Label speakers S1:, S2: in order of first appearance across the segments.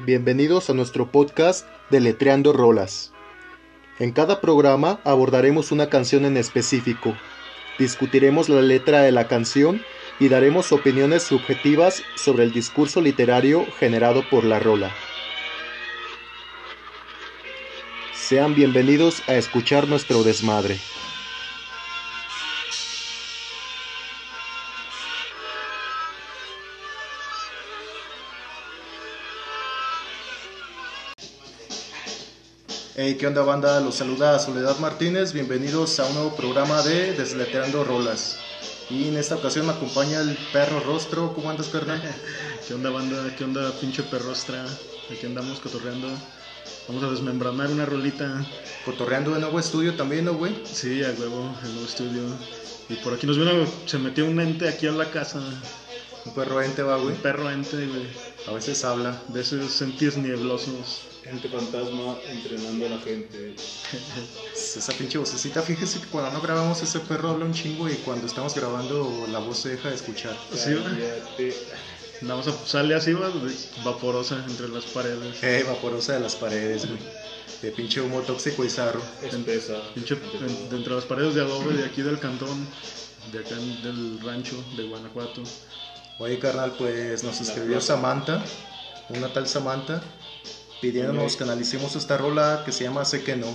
S1: Bienvenidos a nuestro podcast Deletreando Rolas. En cada programa abordaremos una canción en específico, discutiremos la letra de la canción y daremos opiniones subjetivas sobre el discurso literario generado por la rola. Sean bienvenidos a escuchar nuestro desmadre. Hey, ¿qué onda banda? Los saluda Soledad Martínez, bienvenidos a un nuevo programa de Desleteando Rolas. Y en esta ocasión me acompaña el perro rostro, ¿cómo andas carnal?
S2: ¿Qué onda banda? ¿Qué onda pinche perrostra? Aquí andamos cotorreando. Vamos a desmembranar una rolita.
S1: Cotorreando de nuevo estudio también, ¿no güey?
S2: Sí, a huevo, el nuevo estudio. Y por aquí nos vino, se metió un ente aquí a la casa.
S1: Un perro ente va, güey.
S2: Un perro ente, güey.
S1: A veces habla.
S2: De esos sentidos nieblosos.
S3: Gente fantasma entrenando a la gente.
S1: Esa pinche vocecita, fíjense que cuando no grabamos ese perro habla un chingo y cuando estamos grabando la voz se deja de escuchar.
S2: Sí, güey.
S3: Cállate.
S2: Nada más sale así, va, vaporosa entre las paredes.
S1: Eh, vaporosa de las paredes, güey. De pinche humo tóxico y zarro.
S3: Espesa.
S2: Pinche, en- de entre las paredes de adobe de aquí del cantón, de acá en- del rancho de Guanajuato.
S1: Oye, carnal, pues nos escribió Samantha, una tal Samantha, pidiéndonos
S3: Ok.
S1: que analicemos esta rola que se llama Sé que no.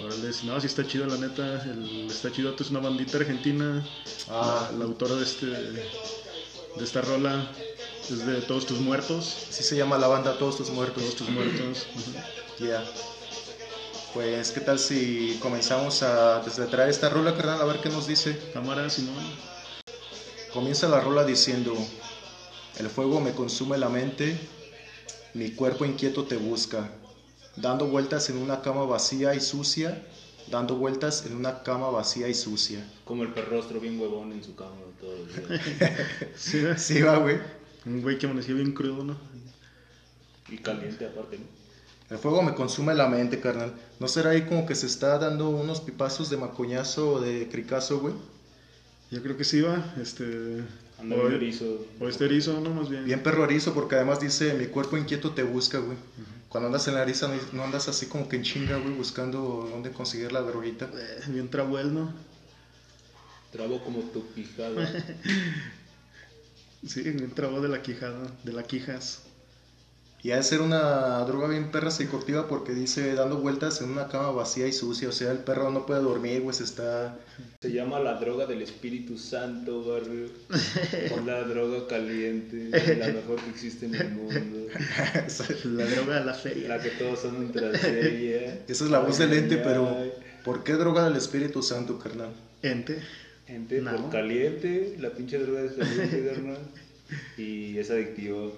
S2: Órale, si no, sí está chido, la neta. El, está chido, es una bandita argentina.
S1: Ah,
S2: la, la autora de, este, de esta rola es de Todos tus muertos.
S1: sí se llama la banda Todos tus muertos.
S2: Todos tus muertos. Ujú.
S1: Ya. Pues, ¿qué tal si comenzamos a desletrar esta rola, carnal? A ver qué nos dice.
S2: Cámara, si no.
S1: Comienza la rola diciendo, el fuego me consume la mente, mi cuerpo inquieto te busca, dando vueltas en una cama vacía y sucia, dando vueltas en una cama vacía y sucia.
S3: Como el perrostro bien huevón en su cama todo el día.
S2: Sí,
S1: Sí, va, güey.
S2: un güey que amaneció bien crudo, ¿no?
S3: Y caliente aparte, ¿no?
S1: El fuego me consume la mente, carnal. ¿No será ahí como que se está dando unos pipazos de macoñazo o de cricazo, güey?
S2: Yo creo que sí va. Este.
S3: Anda
S2: o-
S3: bien erizo.
S2: O este erizo, ¿no? Más bien.
S1: Bien perrorizo porque además dice, mi cuerpo inquieto te busca, güey. Cuando andas en la risa no- no andas así como que en chinga, güey, buscando dónde conseguir la droguita.
S2: Eh, bien trabuel, ¿no?
S3: Trabo como tu pijada.
S2: Sí, bien trabo de la quijada, de la quijas.
S1: Y ha de ser una droga bien perra psicoactiva porque dice dando vueltas en una cama vacía y sucia. O sea, el perro no puede dormir, güey, se está...
S3: Se llama la droga del Espíritu Santo, barrio. Por la droga caliente, la mejor que existe en el mundo.
S2: La droga de la feria.
S3: La que todos andan tras ella.
S1: Esa es la voz del ente,
S3: Ay,
S1: pero...
S3: ay.
S1: ¿Por qué droga del Espíritu Santo, carnal?
S2: Ente.
S3: Gente
S2: No.
S3: por caliente, la pinche droga es caliente, carnal. Y es adictiva.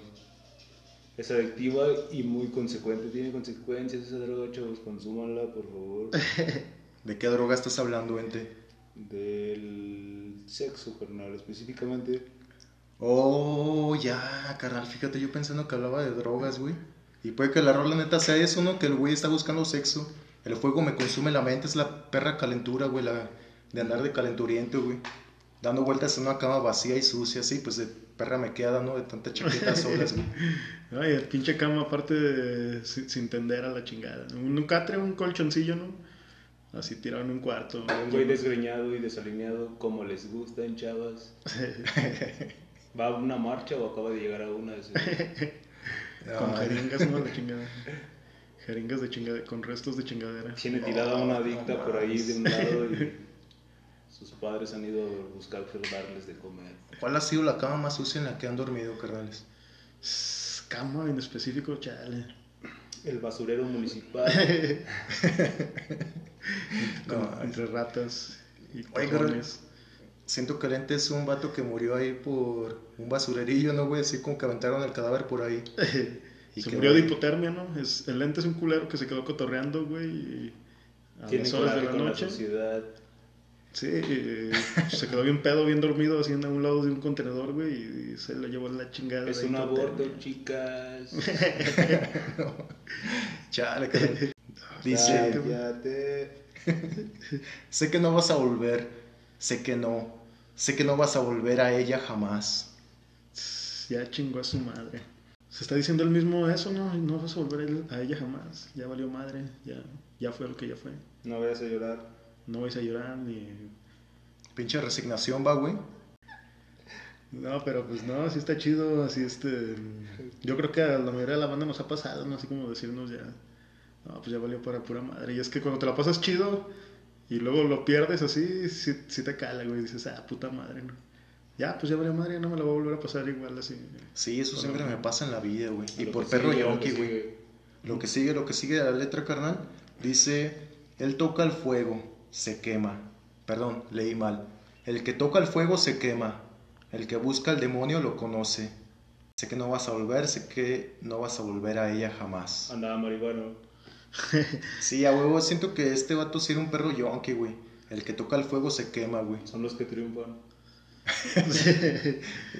S3: Es adictiva y muy consecuente. Tiene consecuencias esa droga, chavos. Consúmanla, por favor.
S1: ¿De qué droga estás hablando, ente?
S3: Del sexo, carnal, específicamente.
S1: Oh, ya, carnal, fíjate, yo pensando que hablaba de drogas, güey. Y puede que la rola neta sea eso, ¿no? Que el güey está buscando sexo. El fuego me consume la mente, es la perra calentura, güey, la de andar de calenturiento, güey. Dando vueltas en una cama vacía y sucia, así, pues de perra me queda, ¿no? De tantas chaquetas solas, güey.
S2: Ay, el pinche cama, aparte de- sin, sin tender a la chingada. Un, un catre, un colchoncillo, ¿no? Así tirado en un cuarto.
S3: Un güey desgreñado y desalineado, como les gusta en chavas. ¿Va a una marcha o acaba de llegar a una de sus-
S2: Con
S1: Ay,
S2: jeringas, ¿no? La chingada. Jeringas de chingada, con restos de chingadera.
S3: Tiene tirada una adicta por ahí de un lado y sus padres han ido a buscar darles de comer.
S1: ¿Cuál ha sido la cama más sucia en la que han dormido, carnales?
S2: S- Cama en específico, chale.
S3: El basurero municipal.
S1: No,
S2: Entre ratas y
S1: Oye,
S2: cojones.
S1: siento que el ente es un vato que murió ahí por un basurerillo, ¿no, güey? Así como que aventaron el cadáver por ahí. Y
S2: Se
S1: que-
S2: murió de hipotermia, ¿no? Es, el lente es un culero que se quedó cotorreando, güey. y A
S3: Tiene
S2: las horas de
S3: coraje
S2: la
S3: con la
S2: noche.
S3: sociedad.
S2: Sí, eh, se quedó bien pedo, bien dormido, así en un lado de un contenedor, güey, y se lo llevó la chingada.
S3: Es
S2: de
S3: un
S2: hipotermia.
S3: aborto, chicas.
S1: Chale, carnal. Dice,
S3: Cállate.
S1: sé que no vas a volver, sé que no, sé que no vas a volver a ella jamás.
S2: Ya chingó a su madre. Se está diciendo el mismo eso, ¿no? No vas a volver a ella jamás. Ya valió madre, ya, ya fue lo que ya fue.
S3: No vayas a llorar.
S2: No vais a llorar ni...
S1: Pinche resignación va, güey.
S2: No, pero pues no, sí está chido, así este... Yo creo que a la mayoría de la banda nos ha pasado, ¿no? Así como decirnos ya... No, pues ya valió para pura madre. Y es que cuando te la pasas chido y luego lo pierdes así, sí, sí te cala, güey. Dices, ah, puta madre, ¿no? Ya, pues ya valió madre, no me la voy a volver a pasar igual así.
S1: Sí, eso
S2: Bueno,
S1: siempre me pasa en la vida, güey. Y
S3: Lo
S1: por
S3: que
S1: perro
S3: sigue, lo
S1: yonki,
S3: que
S1: güey.
S3: sigue.
S1: Lo que sigue, lo que sigue de la letra, carnal, dice, él toca el fuego, se quema. Perdón, leí mal. El que toca el fuego se quema. El que busca al demonio lo conoce. Sé que no vas a volver, sé que no vas a volver a ella jamás.
S3: Andaba marihuano.
S1: Sí, a huevo, siento que este vato sí era un perro yonki, güey. El que toca el fuego se quema, güey.
S3: Son los que triunfan.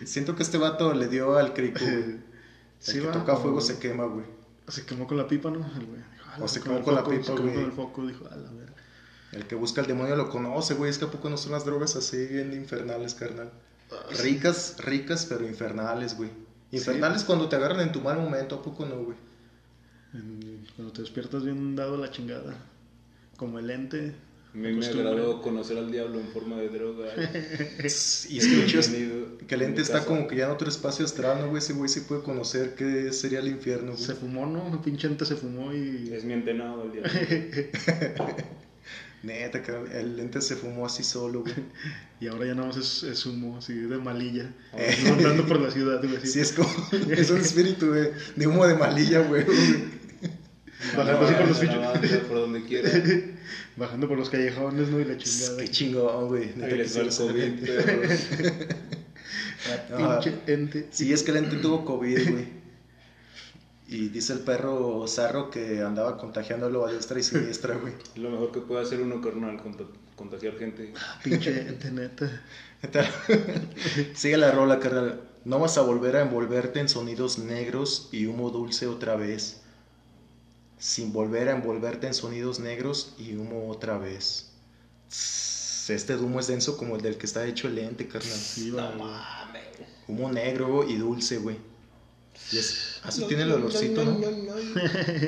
S1: Siento que este vato le dio al crico, güey. El
S2: Sí,
S1: que
S2: va,
S1: toca
S2: como-
S1: fuego se quema, güey.
S2: Se quemó con la pipa, ¿no? El güey dijo, "A
S1: O se
S2: con
S1: quemó
S2: el
S1: con la
S2: foco,
S1: pipa,
S2: Se quemó
S1: güey.
S2: con el foco, dijo, a la verga.
S1: El que busca al demonio lo conoce, güey. Es que a poco no son las drogas así bien infernales, carnal. Ricas, ricas, pero infernales, güey. Infernales cuando te agarran en tu mal momento, ¿a poco no, güey?
S2: En- Cuando te despiertas bien dado a la chingada. Como el ente.
S3: A mí me
S2: Acostumbre.
S3: agradó conocer al diablo en forma de droga.
S1: Y es que el hecho es
S3: Bienvenido
S1: que el
S3: a mi
S1: ente está
S3: casa.
S1: como que ya en otro espacio astral, ¿no, güey? Ese güey sí puede conocer qué sería el infierno, güey.
S2: Se fumó, ¿no? Un pinche ente se fumó y.
S3: Es mi entenado el diablo.
S1: Neta, carnal, el ente se fumó así solo, güey.
S2: Y ahora ya nada más es, es humo, así de malilla.
S1: Eh.
S2: Rondando por la ciudad, güey. así,
S1: Sí, es como... es un espíritu de, de humo de malilla, güey.
S2: Bajando así por los
S3: Anda
S2: pinches.
S3: lavando Por donde quiera.
S2: Bajando por los callejones, ¿no? Y la chingada.
S1: Qué chingón, güey. Neta,
S3: Ahí les va
S1: quisiera
S3: el
S1: ser-
S3: COVID, perros.
S2: Ah, pinche ente.
S1: Sí, es que el ente tuvo COVID, güey. Y dice el perro Zarro que andaba contagiándolo a diestra y siniestra, güey.
S3: Es Lo mejor que puede hacer uno, carnal, conta- contagiar gente.
S2: Pinche ente, neta.
S1: Sigue la rola, carnal. No vas a volver a envolverte en sonidos negros y humo dulce otra vez. Sin volver a envolverte en sonidos negros y humo otra vez. Tss, Este humo es denso como el del que está hecho el ente, carnal.
S2: Sí, va, güey.
S1: Humo negro y dulce, güey. Y es- así tiene el olorcito, ¿no?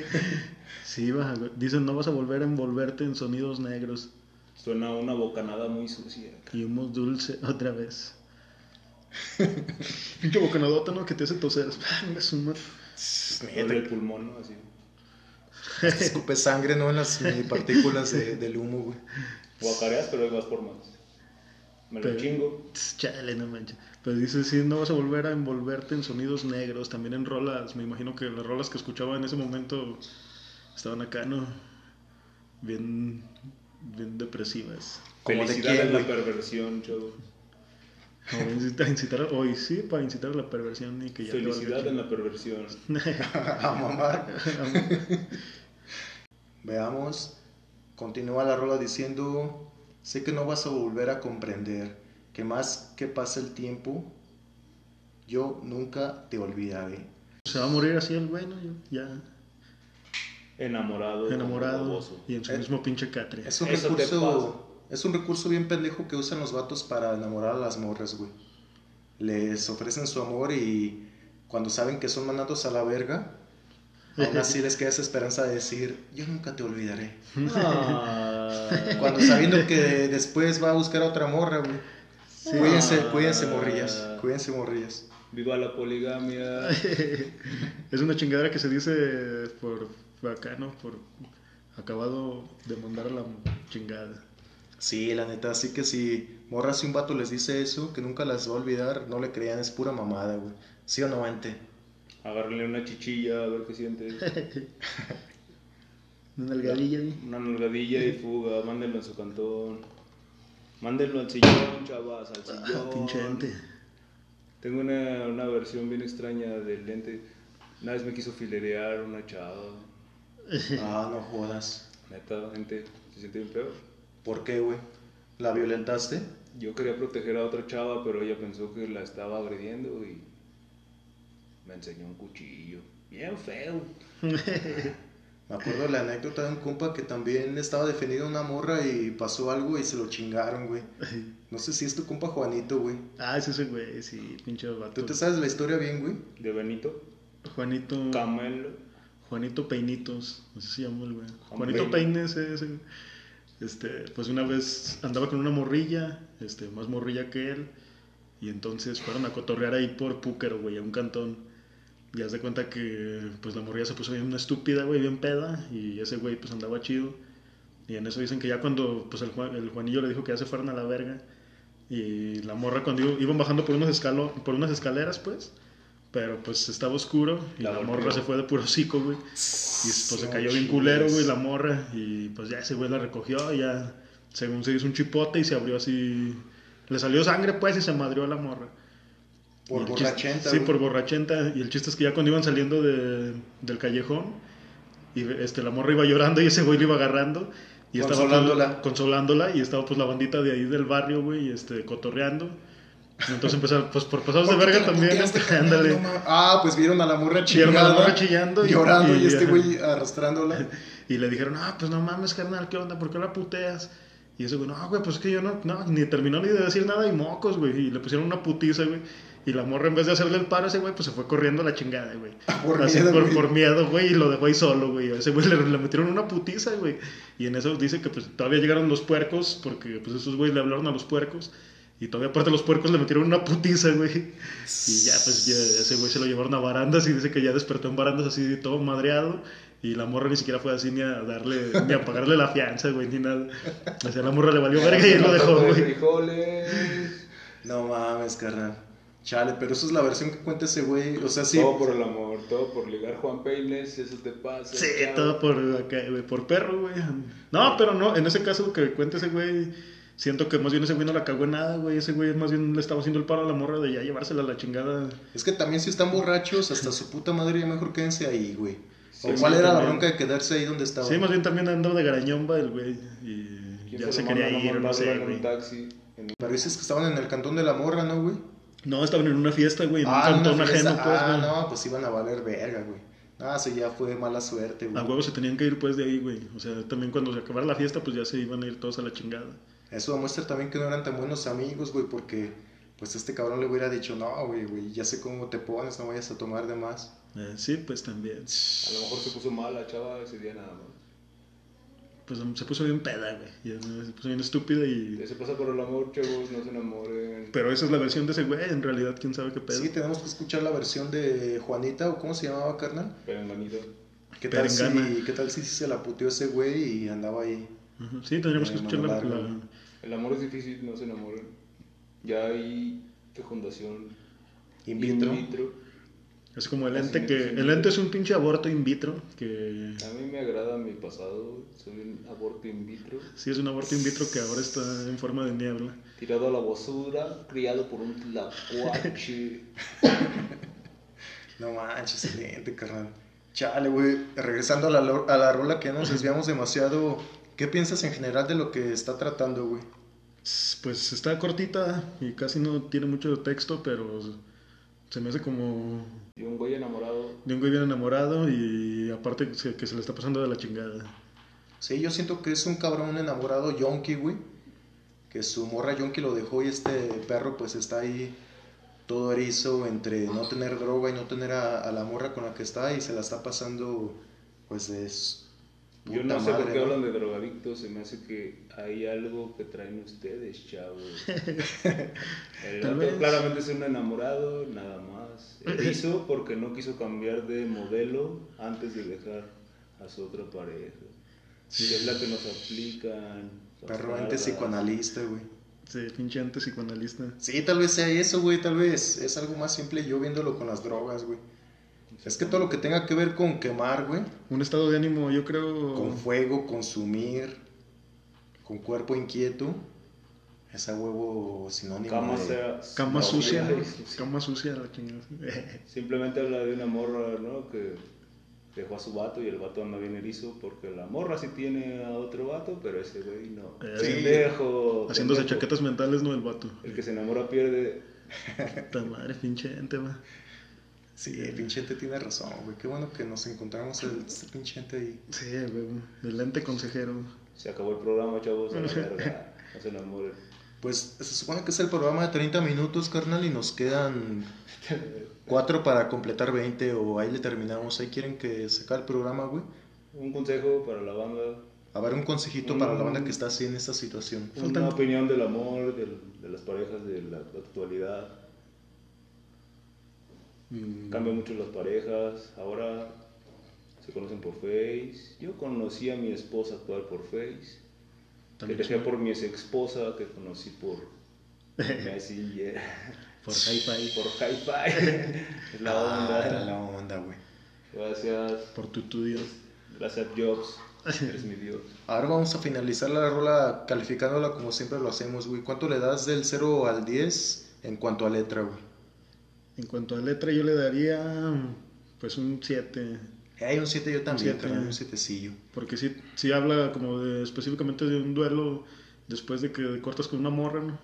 S2: Sí, va, güey. Dicen, no vas a volver a envolverte en sonidos negros
S3: Suena una bocanada muy sucia.
S2: y humo dulce otra vez. Pinche bocanadota, ¿no? Que te hace toser. Ah, Venga, su madre.
S1: Tss, neta,
S3: Sobre el pulmón, ¿no? Así.
S1: Hasta escupe sangre, ¿no? En las partículas de- del humo, güey.
S3: Guacareas, pero hay más formas. Me lo
S2: Pero-
S3: chingo.
S2: Tss, Chale, no manches. Pues dice, sí, no vas a volver a envolverte en sonidos negros, también en rolas. Me imagino que las rolas que escuchaba en ese momento estaban acá, ¿no? Bien, bien depresivas.
S1: Como de
S3: Felicidad
S1: quién,
S3: en la
S1: güey.
S3: perversión, chavo.
S2: O incitar, incitar, hoy sí, para incitar a la perversión y que ya te valga
S3: Felicidad
S2: chingo.
S3: en la perversión.
S1: A mamar. Veamos. Continúa la rola diciendo, sé que no vas a volver a comprender que más que pase el tiempo, yo nunca te olvidaré.
S2: Se va a morir así el güey, ¿no? Yo, Ya,
S3: Enamorado.
S2: enamorado
S3: baboso.
S2: y en su
S1: Eh,
S2: mismo pinche catre.
S1: Es un
S3: Eso te
S1: recurso... Es un recurso bien pendejo que usan los vatos para enamorar a las morras, güey. Les ofrecen su amor y cuando saben que son mandados a la verga, aún así les queda esa esperanza de decir, yo nunca te olvidaré.
S3: Ah.
S1: Cuando sabiendo que después va a buscar a otra morra, güey. Cuídense, cuídense morrillas, cuídense morrillas.
S3: Viva la poligamia.
S2: Es una chingadera que se dice por por acá, ¿no? Por acabado de mandar a la chingada.
S1: Sí, la neta, así que si morras y un vato les dice eso, que nunca las va a olvidar, no le crean, es pura mamada, güey. ¿Sí o no, ente?
S3: Agárrenle una chichilla a ver qué siente.
S2: Una nalgadilla, ¿no?
S3: Una nalgadilla y fuga. Mándenlo en su cantón. Mándenlo al sillón, chavas, al sillón.
S2: Ah, pinche ente.
S3: Tengo una, una versión bien extraña del lente. Una vez me quiso filerear una chava.
S1: Ah, no jodas.
S3: Neta, gente, se siente bien feo.
S1: ¿Por qué, güey? ¿La violentaste?
S3: Yo quería proteger a otra chava, pero ella pensó que la estaba agrediendo y me enseñó un cuchillo. Bien feo.
S1: Me acuerdo de la anécdota de un compa que también estaba defendiendo a una morra y pasó algo y se lo chingaron, güey. No sé si es tu compa Juanito, güey.
S2: Ah, es ese güey, sí, pinche vato.
S1: ¿Tú te sabes la historia bien, güey?
S3: De Benito.
S2: Juanito.
S3: Camelo.
S2: Juanito Peinitos, así se llamó el güey.
S3: Juan
S2: Juanito
S3: Peine.
S2: Peines es el- este, pues una vez andaba con una morrilla, este, más morrilla que él, y entonces fueron a cotorrear ahí por Púquero, güey, a un cantón. Y haz de cuenta que, pues la morrilla se puso bien una estúpida, güey, bien peda, y ese güey, pues andaba chido. Y en eso dicen que ya cuando, pues el, Juan- el Juanillo le dijo que ya se fueron a la verga, y la morra cuando iba- iban bajando por unos escalo, por unas escaleras, pues, pero pues estaba oscuro, y
S3: La
S2: la, morra
S3: golpeó.
S2: se fue de puro hocico, güey. Y pues se cayó bien
S1: No
S2: culero, güey,
S1: chingues.
S2: la morra. Y pues ya ese güey la recogió y ya, según se hizo un chipote y se abrió así. Le salió sangre, pues, y se madrió la morra. Y
S1: Por
S2: el chiste-
S1: borrachenta.
S2: Sí,
S1: güey.
S2: por borrachenta. Y el chiste es que ya cuando iban saliendo de- del callejón, y este, la morra iba llorando y ese güey le iba agarrando. Y estaba pues,
S1: Consolándola.
S2: consolándola. Y estaba pues la bandita de ahí del barrio, güey, este, cotorreando. Y entonces empezaron, pues por pasados de
S1: ¿Por qué
S2: verga
S1: te la
S2: también,
S1: puteaste,
S2: este,
S1: carnal?
S2: ándale.
S1: No mames. ah, pues vieron a la morra
S2: Vieron
S1: chillando.
S2: a la morra chillando y-
S1: llorando y,
S2: y-
S1: este
S2: ajá.
S1: güey arrastrándola.
S2: Y le dijeron, ah, pues no mames, carnal, ¿qué onda? ¿Por qué la puteas? Y ese güey, no, güey, pues es que yo no, no, ni terminó ni de decir nada y mocos, güey. Y le pusieron una putiza, güey. Y la morra, en vez de hacerle el paro a ese güey, pues se fue corriendo a la chingada, güey.
S1: Por
S2: Así,
S1: miedo,
S2: por,
S1: güey.
S2: por miedo, güey, y lo dejó ahí solo, güey. A ese güey le, le metieron una putiza, güey. Y en eso dice que pues todavía llegaron los puercos, porque pues esos güeyes le hablaron a los puercos. Y todavía aparte los puercos le metieron una putiza, güey. Y ya, pues ya, ese güey se lo llevaron a barandas y dice que ya despertó en barandas así todo madreado. Y la morra ni siquiera fue así ni a darle, ni a pagarle la fianza, güey, ni nada. O sea, la morra le valió verga y él lo dejó,
S3: Plato de
S2: güey.
S3: frijoles.
S1: No mames, carnal. Chale, pero esa es la versión que cuenta ese güey. O sea, sí.
S3: Todo por el amor, todo por ligar Juan Peines, eso te pasa.
S2: Sí,
S3: chavo.
S2: todo por, acá, güey, por perro, güey. No, pero no, en ese caso que cuenta ese güey, siento que más bien ese güey no la cagó en nada, güey. Ese güey más bien le estaba haciendo el paro a la morra de ya llevársela a la chingada.
S1: Es que también si están borrachos, hasta su puta madre, ya mejor quédense ahí, güey.
S3: Sí,
S1: ¿O cuál era la
S2: también.
S1: bronca de quedarse ahí donde estaba?
S2: Sí, más bien también andó de garañomba el güey. Y
S3: ¿Quién
S2: ya se
S3: lo
S2: quería
S3: manda a
S2: ir, no
S3: mandarlo
S2: sé,
S3: en un
S2: güey.
S3: taxi, en
S1: Pero dices que estaban en el cantón de la morra, ¿no, güey?
S2: No, estaban en una fiesta, güey, en
S1: Ah,
S2: un cantón
S1: una fiesta.
S2: ajeno, pues,
S1: Ah,
S2: güey.
S1: no, pues iban a valer verga, güey. Ah, sí, ya fue mala suerte,
S2: A
S1: güey.
S2: huevo se tenían que ir pues de ahí, güey. O sea, también cuando se acabara la fiesta, pues ya se iban a ir todos a la chingada.
S1: Eso demuestra también que no eran tan buenos amigos, güey, porque pues este cabrón le hubiera dicho, no, güey, güey, ya sé cómo te pones, no vayas a tomar de más.
S2: Eh, sí, pues también.
S3: A lo mejor se puso mala, chava, ese día nada más.
S2: Pues se puso bien peda, güey. Ya, ¿no? Se puso bien estúpida y...
S3: Se pasa por el amor, chavos, no se enamoren.
S2: Pero esa es la versión de ese güey. En realidad, quién sabe qué pedo.
S1: Sí, tenemos que escuchar la versión de Juanita, o cómo se llamaba, carnal.
S3: Pero manito.
S1: ¿Qué tal,
S2: Perengana.
S1: si, ¿Qué tal si se la puteó ese güey y andaba ahí?
S2: Ujú, sí, tendríamos que
S1: Eh,
S2: escuchar la,
S1: mandarlo.
S2: la-
S3: El amor es difícil, no se enamoren. Ya hay fecundación
S1: In vitro.
S3: in vitro.
S2: Es como el
S3: Así
S2: ente
S3: es,
S2: que...
S3: sí.
S2: El ente es un pinche aborto in vitro que...
S3: A mí me agrada mi pasado, soy un aborto in vitro.
S2: Sí, es un aborto in vitro que ahora está en forma de niebla.
S3: Tirado a la basura, criado por un tlacuache.
S1: No manches, excelente, carnal. Chale, güey. Regresando a la, lo- a la rola que ya nos desviamos demasiado. ¿Qué piensas en general de lo que está tratando, güey?
S2: Pues está cortita y casi no tiene mucho texto, pero... Se me hace como
S3: y un güey enamorado.
S2: De un güey bien enamorado y aparte se- que se le está pasando de la chingada.
S1: Sí, yo siento que es un cabrón enamorado yonki, güey. Que su morra yonki lo dejó y este perro pues está ahí todo erizo entre no tener droga y no tener a, a la morra con la que está y se la está pasando pues de s-
S3: Yo
S1: puta
S3: no sé por
S1: madre,
S3: qué
S1: ¿no?
S3: hablan de drogadictos, se me hace que hay algo que traen ustedes, chavos. El
S2: Tal
S3: otro
S2: vez.
S3: claramente es un enamorado, nada más. Él hizo porque no quiso cambiar de modelo antes de dejar a su otra pareja. Que es la que nos aplican.
S1: Perro antes psicoanalista, güey.
S2: Sí, pinche antes psicoanalista.
S1: Sí, tal vez sea eso, güey, tal vez es algo más simple yo viéndolo con las drogas, güey. Es que todo lo que tenga que ver con quemar, güey,
S2: Un estado de ánimo, yo creo.
S1: con fuego, consumir, con cuerpo inquieto, es a huevo sinónimo
S3: Cama,
S1: de-
S3: sea-
S2: Cama
S3: no,
S2: sucia.
S3: güey, sí.
S2: Cama sucia, la chingada.
S3: Simplemente habla de una morra, ¿no? Que dejó a su vato y el vato anda bien erizo porque la morra sí tiene a otro vato, pero ese güey no.
S2: Eh,
S1: Sí.
S3: Pendejo.
S2: Haciéndose
S3: pendejo.
S2: chaquetas mentales, no el vato.
S3: El que se enamora pierde.
S2: Puta madre, pinche ente, va.
S1: Sí, el pinche ente tiene razón, güey. Qué bueno que nos encontramos el, este pinche ente ahí.
S2: Sí, güey. El ente consejero.
S3: Se acabó el programa, chavos. a la verga. No se enamoren.
S1: Pues se supone que es el programa de 30 minutos, carnal, y nos quedan 4 para completar 20 o ahí le terminamos. Ahí quieren que se acabe el programa, güey.
S3: Un consejo para la banda.
S1: A ver, un consejito para la
S3: Mm.
S1: banda que está así en esta situación.
S3: Una opinión del amor, del- de las parejas de la actualidad.
S2: Mm,
S3: Cambian mucho las parejas. Ahora se conocen por Face. Yo conocí a mi esposa actual por Face. Que
S2: también
S3: dejé por mi ex esposa que conocí por Messenger.
S2: por hi-fi,
S3: por Hi-Fi. Es la
S1: Ah,
S3: onda.
S1: la onda, güey.
S3: Gracias.
S2: por tutudios.
S3: Gracias, Jobs. Eres mi Dios.
S1: Ahora vamos a finalizar la rola calificándola como siempre lo hacemos, güey. ¿Cuánto le das del 0 al 10 en cuanto a letra, güey?
S2: En cuanto a letra, yo le daría pues un 7.
S1: Eh, Hay un 7 yo también,
S2: Siete.
S1: carnal, un 7
S2: Porque sí, sí habla como de, específicamente de un duelo después de que cortas con una morra, ¿no?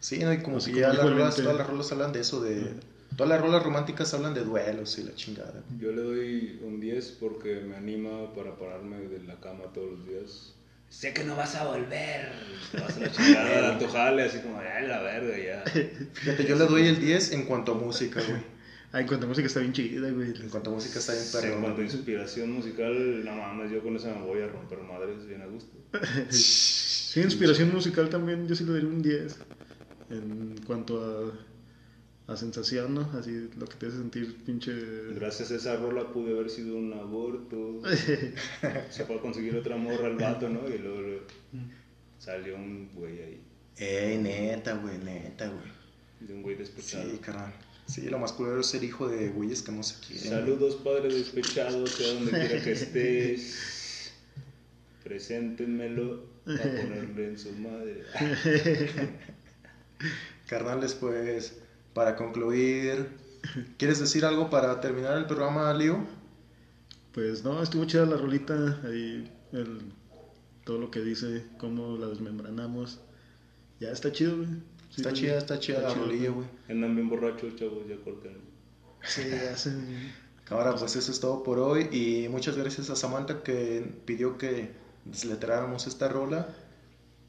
S1: Sí, ¿no? y como
S2: Así
S1: que
S2: como
S1: ya las rolas,
S2: igualmente.
S1: todas las rolas hablan de eso, de... Todas las rolas románticas hablan de duelos y la chingada.
S3: Yo le doy un 10 porque me anima para pararme de la cama todos los días. Sé que no vas a volver. Te vas a la chingada, a tu jale, así como, ay, la verga, ya.
S1: Fíjate, yo le doy el 10 en cuanto a música, güey.
S2: Ah, en cuanto a música está bien chida, güey.
S1: En cuanto a música está bien
S3: En
S1: perro.
S3: cuanto
S1: güey.
S3: a inspiración musical, no mames, yo con esa me voy a romper madres bien a gusto.
S2: Sí, inspiración musical también, yo sí le daría un 10. En cuanto a, a sensación, ¿no? Así lo que te hace sentir pinche...
S3: Gracias a esa rola pude haber sido un aborto. Se fue a conseguir otra morra al vato, ¿no? Y luego, luego salió un güey ahí.
S1: Ey, neta, güey, neta, güey.
S3: De un güey
S1: Sí,
S3: despechado.
S1: carnal. Sí, lo más culero es ser hijo de güeyes que no se quieren.
S3: Saludos, padre despechado, sea donde quiera que estés. Preséntenmelo para ponerle en su madre.
S1: Carnales, pues, para concluir, ¿quieres decir algo para terminar el programa, Leo?
S2: Pues no, estuvo chida la rolita, ahí el, todo lo que dice, cómo la desmembranamos. Ya está chido, güey. Sí,
S1: está
S2: güey.
S1: chida, está chida la
S2: chido,
S1: rolilla, güey.
S3: Andan bien borrachos, chavos, ya corten.
S2: Sí, hacen...
S1: Ahora, pues eso es todo por hoy y muchas gracias a Samantha que pidió que desletráramos esta rola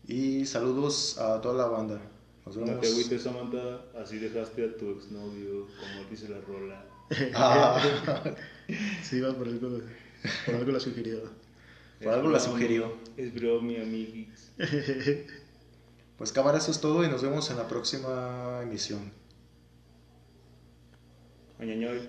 S1: y saludos a toda la banda. Nos
S3: No te
S1: vemos.
S3: agüites, Samantha, así dejaste a tu exnovio, como dice la rola.
S1: Ah,
S2: Sí, va por algo, por algo la sugirió.
S1: por algo la sugirió.
S3: Es broma, mi amiguis.
S1: Pues cámara, eso es todo y nos vemos en la próxima emisión.
S3: Añañoy.